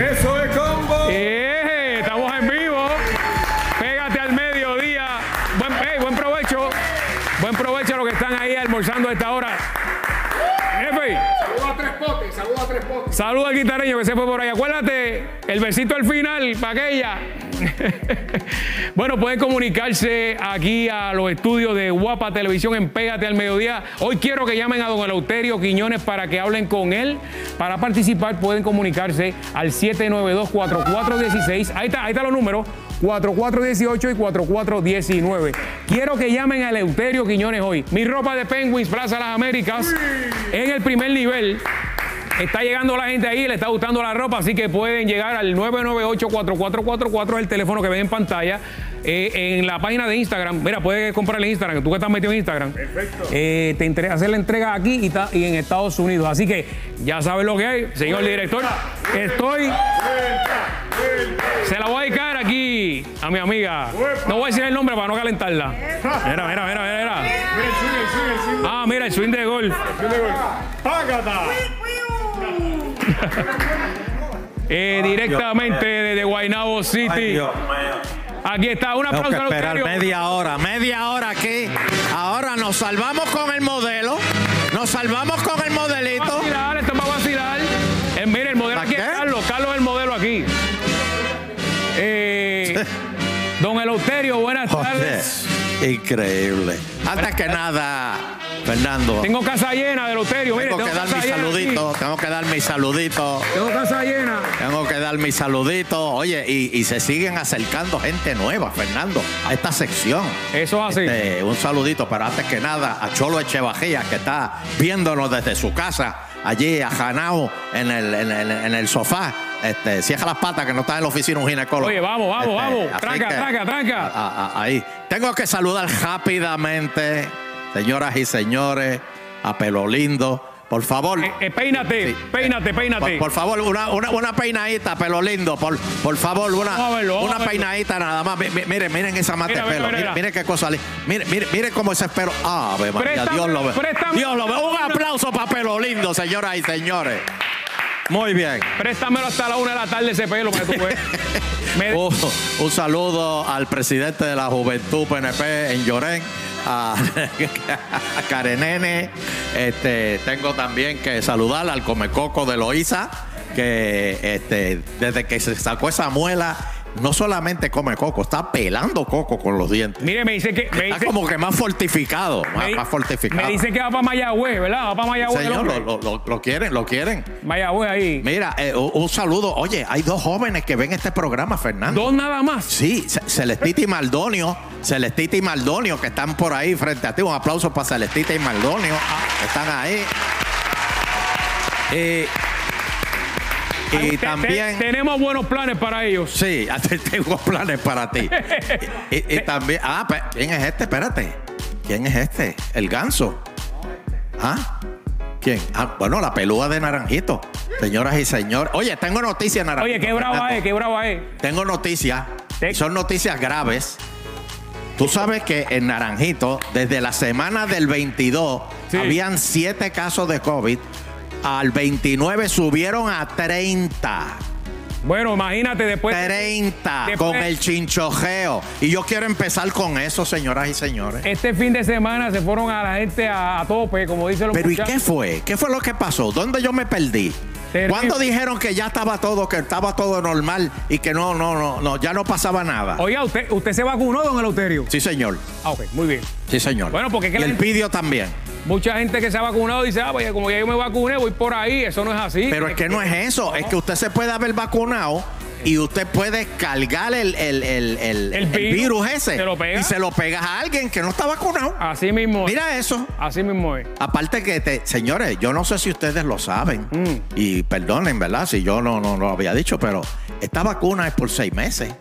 Eso es combo. ¡Eh! Estamos en vivo. Pégate al mediodía. Buen, hey, buen provecho. Buen provecho a los que están ahí almorzando a esta hora. Jefe, Saludos a tres potes, saludos a tres potes. saluda al guitarreño que se fue por ahí. Acuérdate, el besito al final para aquella. bueno, pueden comunicarse aquí a los estudios de Guapa Televisión en Pégate al Mediodía. Hoy quiero que llamen a don Eleuterio Quiñones para que hablen con él. Para participar pueden comunicarse al 792-4416. Ahí está, ahí están los números. 4418 y 4419. Quiero que llamen a Eleuterio Quiñones hoy. Mi ropa de Penguins, Plaza Las Américas, en el primer nivel. Está llegando la gente ahí, le está gustando la ropa, así que pueden llegar al 998-4444, es el teléfono que ven en pantalla, eh, en la página de Instagram. Mira, puedes comprarle en Instagram, tú que estás metido en Instagram. Perfecto. te entre- hacer la entrega aquí y, ta- y en Estados Unidos. Así que ya sabes lo que hay, señor director. Estoy se la voy a dedicar aquí a mi amiga. No voy a decir el nombre para no calentarla. Mira, mira, mira, mira, mira. Mira el swing, el swing, el swing. Ah, mira, el swing de golf. Swing de golpe. ¡Págata! Eh, directamente desde Guaynabo Ay, City. Dios mío. Aquí está, un Tengo aplauso que a esperar Eleuterio. media hora, media hora aquí. Ahora nos salvamos con el modelo, nos salvamos con el Esto va a modelito. vacilar, esto va a vacilar. Eh, mire, el modelo ¿Para aquí es qué? Carlos. Carlos es el modelo aquí. Eh, don Eleuterio, buenas Oye, tardes. increíble. Antes que nada, Fernando, Tengo casa llena de Eleuterio. Mire, tengo que dar casa mi llena aquí. saludito, tengo que dar mi saludito. Tengo casa llena. Tengo que dar mi saludito. Oye, y, y se siguen acercando gente nueva, Fernando, a esta sección. Eso es así. Este, un saludito, pero antes que nada, a Cholo Echevajía, que está viéndonos desde su casa, allí a Janao, en el, en el- en el sofá. Este, cierra las patas que no está en la oficina un ginecólogo. Este, Oye, vamos, vamos, vamos. así Tranca, tranca, tranca. a- a- ahí. Tengo que saludar rápidamente, señoras y señores, a Pelo Lindo. Por favor, Eh, eh, peínate, Sí. peínate, peínate. por, por favor, una, una, una peinadita, pelo lindo. Por, por favor, Vamos una, a verlo, vamos a una verlo. peinadita nada más. Mi- mi- Miren, miren esa mate Mira, de mira, mira, pelo. Miren, mira. miren qué cosa. li- Miren, miren, miren cómo ese pelo. Ave María, Préstame, Dios lo ve. préstame. Dios lo ve. Un aplauso para pelo lindo, señoras y señores. Muy bien. Préstamelo hasta la una de la tarde ese pelo para que tú veas. Me- Un, Oh, un saludo al presidente de la Juventud PNP en Llorén, a, a Karenene. Este, tengo también que saludar al Comecoco de Loíza, que este, desde que se sacó esa muela, no solamente come coco, está pelando coco con los dientes. Mire, me dice que. Me Está dice, como que más fortificado, más, me, más fortificado. me dice que va para Mayagüez, ¿verdad? Va para Mayagüez. el Señor, hombre. lo, lo- lo- lo quieren, lo quieren. Mayagüez ahí. Mira, eh, un, un saludo. Oye, hay dos jóvenes que ven este programa, Fernando. Dos nada más. Sí, Ce- Celestita y Maldonio, Celestita y Maldonio que están por ahí frente a ti. Un aplauso para Celestita y Maldonio. Ah, que Están ahí. Eh, Te- y te- también. tenemos buenos planes para ellos. Sí, tengo planes para ti. y, y- y también. Ah, pe- ¿quién es este? Espérate. ¿Quién es este? El ganso. ¿Ah? ¿Quién? Ah, bueno, la pelúa de Naranjito. Señoras y señores. Oye, tengo noticias, Naranjito. Oye, qué eh, brava Fernando. es, qué brava es. Tengo noticias. Te- y Son noticias graves. Tú sabes que en Naranjito, desde la semana del 22, Sí. habían 7 casos de COVID. Al 29 subieron a 30. Bueno, imagínate después. 30 después- con el chinchojeo. Y yo quiero empezar con eso, señoras y señores. Este fin de semana se fueron a la gente a, a tope, como dicen los Pero ¿y muchachos. qué fue? ¿Qué fue lo que pasó? ¿Dónde yo me perdí? Terrible. ¿Cuándo dijeron que ya estaba todo, que estaba todo normal y que no, no, no, no, ya no pasaba nada? Oiga, ¿usted, ¿usted se vacunó, don Eleuterio? Sí, señor. Ah, ok, muy bien. Sí, señor. Bueno, porque es que y la el gente- pidio también. Mucha gente que se ha vacunado dice, ah, pues como ya yo me vacuné, voy por ahí. Eso no es así. Pero es que no es eso, es que usted se puede haber vacunado y usted puede cargar el, el- el- El el- el virus. virus, ese Se lo pega. Ah, y se lo pegas a alguien que no está vacunado. Así mismo es. Mira eso. Así mismo es. Aparte que, te- señores, yo no sé si ustedes lo saben Mm. y perdonen, ¿verdad? Si yo no, no, no lo había dicho, pero esta vacuna es por seis meses.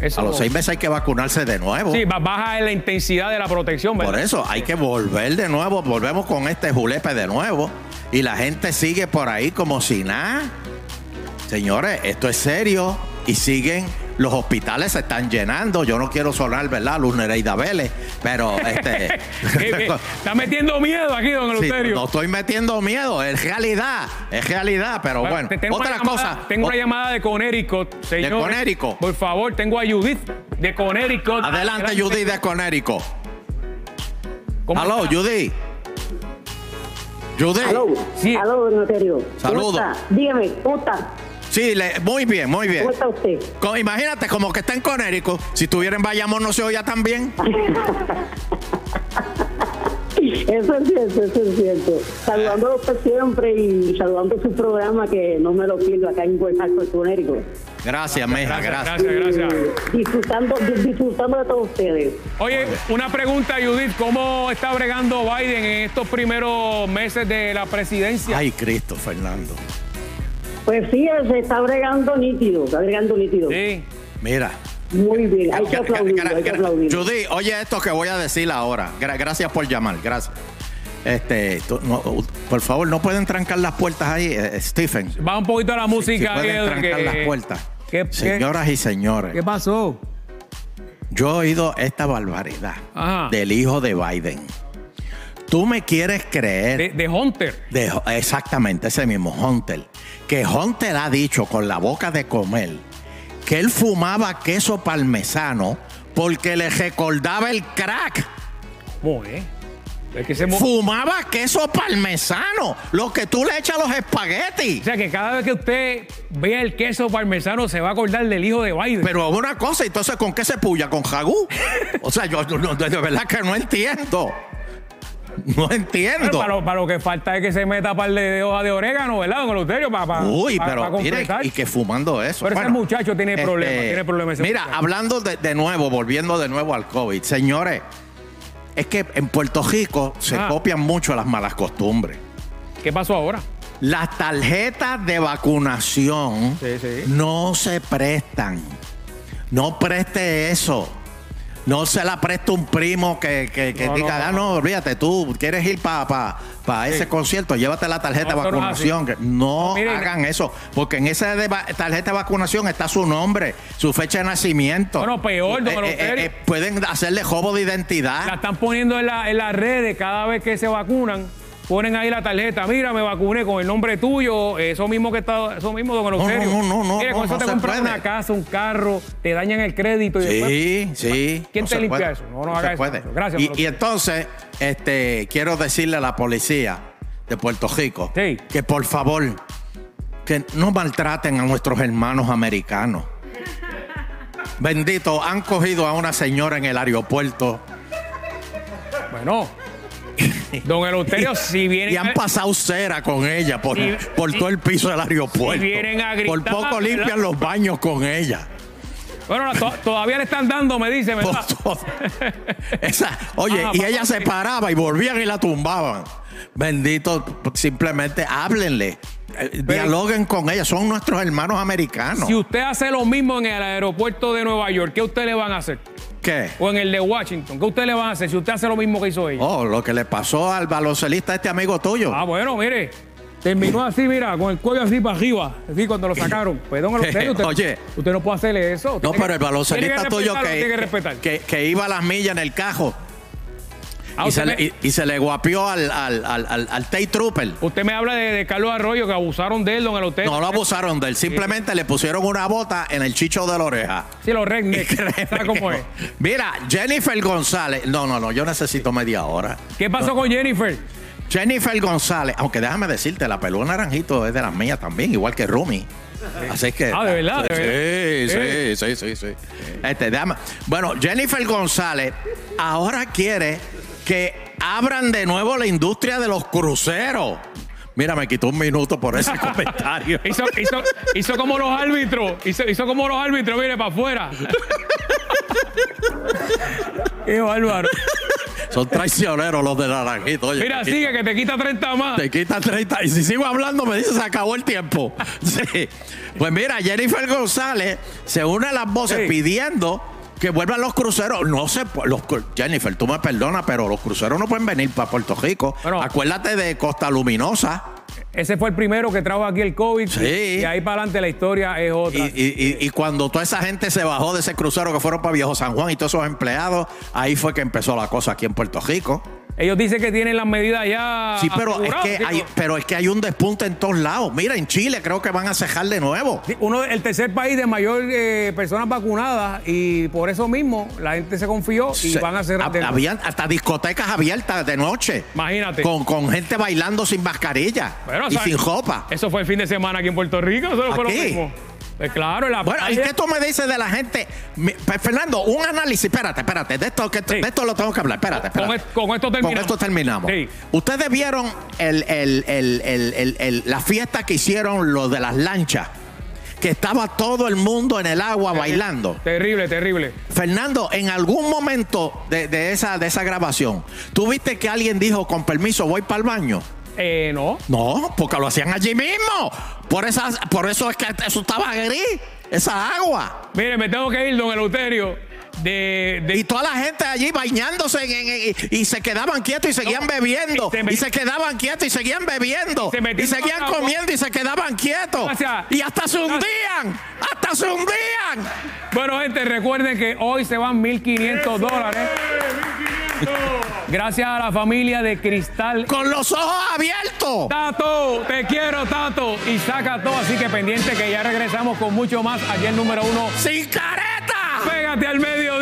Eso A los no. seis meses hay que vacunarse de nuevo. Sí, ba- baja la intensidad de la protección, ¿verdad? Por eso hay que volver de nuevo, volvemos con este julepe de nuevo. Y la gente sigue por ahí como si nada. Señores, esto es serio. Y siguen los hospitales se están llenando. Yo no quiero sonar, ¿verdad? Luz Nereida Vélez, pero este. Que- que Está metiendo miedo aquí, don Sí, Eleuterio. no estoy metiendo miedo, es realidad, es realidad, pero Bueno, bueno, te- tengo otra una llamada, cosa. Tengo o- una llamada de Connecticut, señor. Connecticut. Por favor, tengo a Judith de Connecticut. Adelante, Judy de Conérico. ¿Cómo Aló, está? Judy. Judy. Aló, Sí. aló, notario. Saludos. ¿Cómo está? Dígame, ¿cómo está? Sí, le- muy bien, muy bien. ¿Cómo está usted? Co- imagínate, como que está en Conérico. Si estuviera en Bayamón, no se oía tan bien. Eso es cierto, eso es cierto. Eh. Saludándolo a usted siempre y saludando su programa que no me lo pierdo acá en Buen Alto, Conérico. Gracias, meja, gracias. Gracias, gracias. Disfrutando, disfrutando de todos ustedes. Oye, una pregunta, Judith. ¿Cómo está bregando Biden en estos primeros meses de la presidencia? Ay, Cristo, Fernando. Pues sí, se está bregando nítido, está bregando nítido. Sí. Mira. Muy bien, hay que Gra- gra- aplaudirlo, hay que gra- aplaudirlo. Judy, oye esto que voy a decir ahora. Gra- gracias por llamar, gracias. Este, tú- no, uh, por favor, no pueden trancar las puertas ahí, eh, Stephen. Va un poquito a la Si música. pueden Edwin, trancar que- las puertas. ¿Qué- qué- Señoras y señores. ¿Qué pasó? Yo he oído esta barbaridad Ajá. del hijo de Biden. Tú me quieres creer. De, de Hunter. de- exactamente, ese mismo Hunter. Que Hunter ha dicho con la boca de comer que él fumaba queso parmesano porque le recordaba el crack. ¿Cómo eh? Es que se mo- Fumaba queso parmesano, lo que tú le echas a los espaguetis. O sea, que cada vez que usted vea el queso parmesano se va a acordar del hijo de Biden. Pero una cosa, entonces, ¿con qué se puya? ¿Con jagú? O sea, yo no- de verdad que no entiendo. No Bueno, entiendo. para, lo, para lo que falta es que se meta par de, de hojas de orégano, ¿verdad, don Eleuterio? Para, para, Uy, para- pero para mire, completar. y que fumando eso. este, Pero ese muchacho tiene problemas, tiene problemas ese mira, muchacho. hablando de, de nuevo, volviendo de nuevo al COVID, señores, es que en Puerto Rico se Ah. copian mucho las malas costumbres. ¿Qué pasó ahora? Las tarjetas de vacunación Sí, sí. no se prestan. No preste eso. No se la presta un primo que, que- que No, diga, no, ah, no, olvídate, tú quieres ir para ese concierto, llévate la tarjeta No, de eso no es así. vacunación. No, No, miren. hagan eso, porque en esa de va- tarjeta de vacunación está su nombre, su fecha de nacimiento. Eh, Bueno, peor, don Eleuterio. Pueden hacerle jobo de identidad. La están poniendo en, la- en las redes cada vez que se vacunan. Ponen ahí la tarjeta, mira, me vacuné con el nombre tuyo, eso mismo que está, eso mismo, don Eleuterio. no, no, no, Mira, con no, eso no te se compras puede. una casa, un carro, te dañan el crédito y después Sí, sí. Pues, ¿Quién te se limpia puede. eso? No, no se haga eso. puede. Gracias, Y, pero- y entonces, este, quiero decirle a la policía de Puerto Rico Sí. que por favor, que no maltraten a nuestros hermanos americanos. Bendito, han cogido a una señora en el aeropuerto Bueno, don Eleuterio, si vienen, y han pasado cera con ella por, Y- por y- todo el piso del aeropuerto. vienen a gritar, por poco ¿verdad? limpian los baños con ella. bueno, to- todavía le están dando, me dice, Por ¿verdad? todo. Esa- oye, Ah, y papá, ella se sí. paraba y volvían y la tumbaban. Bendito, simplemente háblenle, eh, dialoguen con ella, son nuestros hermanos americanos. Si usted hace lo mismo en el aeropuerto de Nueva York, ¿qué usted le van a hacer? ¿Qué? O en el de Washington, ¿qué usted le van a hacer si usted hace lo mismo que hizo ella? Oh, lo que le pasó al baloncelista este amigo tuyo. Ah, bueno, mire. Terminó así, mira, con el cuello así para arriba, así cuando lo sacaron. Perdón, Eleuterio, usted, Oye. usted no puede hacerle eso. Usted no, tiene pero el que- baloncelista tiene que tuyo respetarlo, que, tiene que respetar. que- que iba a las millas en el cajo Ah, y, usted, se le, me, y- y se le guapió al, al, al, al, al Tate Trooper. usted me habla de, de Carlos Arroyo que abusaron de él, don Eleuterio. No lo abusaron eh. de él, simplemente le pusieron una bota en el chicho de la oreja. Sí, los rednecks. Créeme ¿Sabe cómo que es? no. Mira, Jennifer González. No, no, no, yo necesito media hora. ¿Qué pasó con Jennifer? Jennifer González, aunque déjame decirte, la pelúa naranjito es de las mías también, igual que Rumi. Así que. Ah, ¿de verdad? Eh. Sí, ¿De verdad? sí, sí, sí, sí. Este, déjame- Bueno, Jennifer González ahora quiere que abran de nuevo la industria de los cruceros. Mira, me quitó un minuto por ese comentario. Hizo, hizo, hizo como los árbitros. Hizo, hizo como los árbitros, mire, para afuera. Qué bárbaro. Son traicioneros los de naranjito. Oye, Mira, me sigue que te quita 30 más. Eh, Te quita 30. Y si sigo hablando, me dice se acabó el tiempo. Sí. Pues mira, Jennifer González se une a las voces Sí. pidiendo que vuelvan los cruceros. No se pu- los cru- Jennifer, tú me perdonas, pero los cruceros no pueden venir para Puerto Rico. Bueno. Acuérdate de Costa Luminosa. Ese fue el primero que trajo aquí el COVID. Sí. Y ahí para adelante la historia es Y, otra. y- y- y cuando toda esa gente se bajó de ese crucero que fueron para Viejo San Juan y todos esos empleados, ahí fue que empezó la cosa aquí en Puerto Rico. Ellos dicen que tienen las medidas ya. Sí, pero es, aseguradas, que chico. hay, pero es que hay un despunte en todos lados. Mira, en Chile creo que van a cejar de nuevo. Sí, Uno, el tercer país de mayor eh, personas vacunadas y por eso mismo la gente se confió y Se- van a cerrar. hab- de nuevo. habían hasta discotecas abiertas de noche. Imagínate. Con, con gente bailando sin mascarilla Bueno, y o sea, sin ropa. Eso fue el fin de semana aquí en Puerto Rico. Eso no fue lo Aquí. mismo. Pues claro, en la Bueno, ¿y playa. qué tú me dices de la gente? Mi- Pe- Fernando, un análisis, espérate, espérate, de esto, que Sí. de esto lo tengo que hablar, espérate, Con espérate. es- con esto terminamos. esto terminamos. Sí. Ustedes vieron el- el- el- el- el- el- la fiesta que hicieron los de las lanchas, que estaba todo el mundo en el agua Eh, bailando. Terrible, terrible. Fernando, en algún momento de, de esa, de esa grabación, ¿tú viste que alguien dijo, con permiso, voy para el baño? Eh, no. No, porque lo hacían allí mismo. Por, esas, por eso es que eso estaba gris, esa agua. Mire, me tengo que ir, don Eleuterio. De, de- Y toda la gente allí bañándose en- en- y, y se quedaban quietos y seguían bebiendo. y se Y met- se, quedaban quietos y seguían bebiendo. Y se Y, metían seguían agua. comiendo y se quedaban quietos. O sea, y hasta se no- hundían. Hasta se hundían. Bueno, gente, recuerden que hoy se van 1.500 dólares. Gracias a la familia de Cristal Con los ojos abiertos. Tato, te quiero, Tato. Y saca todo, así que pendiente que ya regresamos con mucho más. Aquí el número uno, Sin careta. pégate al mediodía.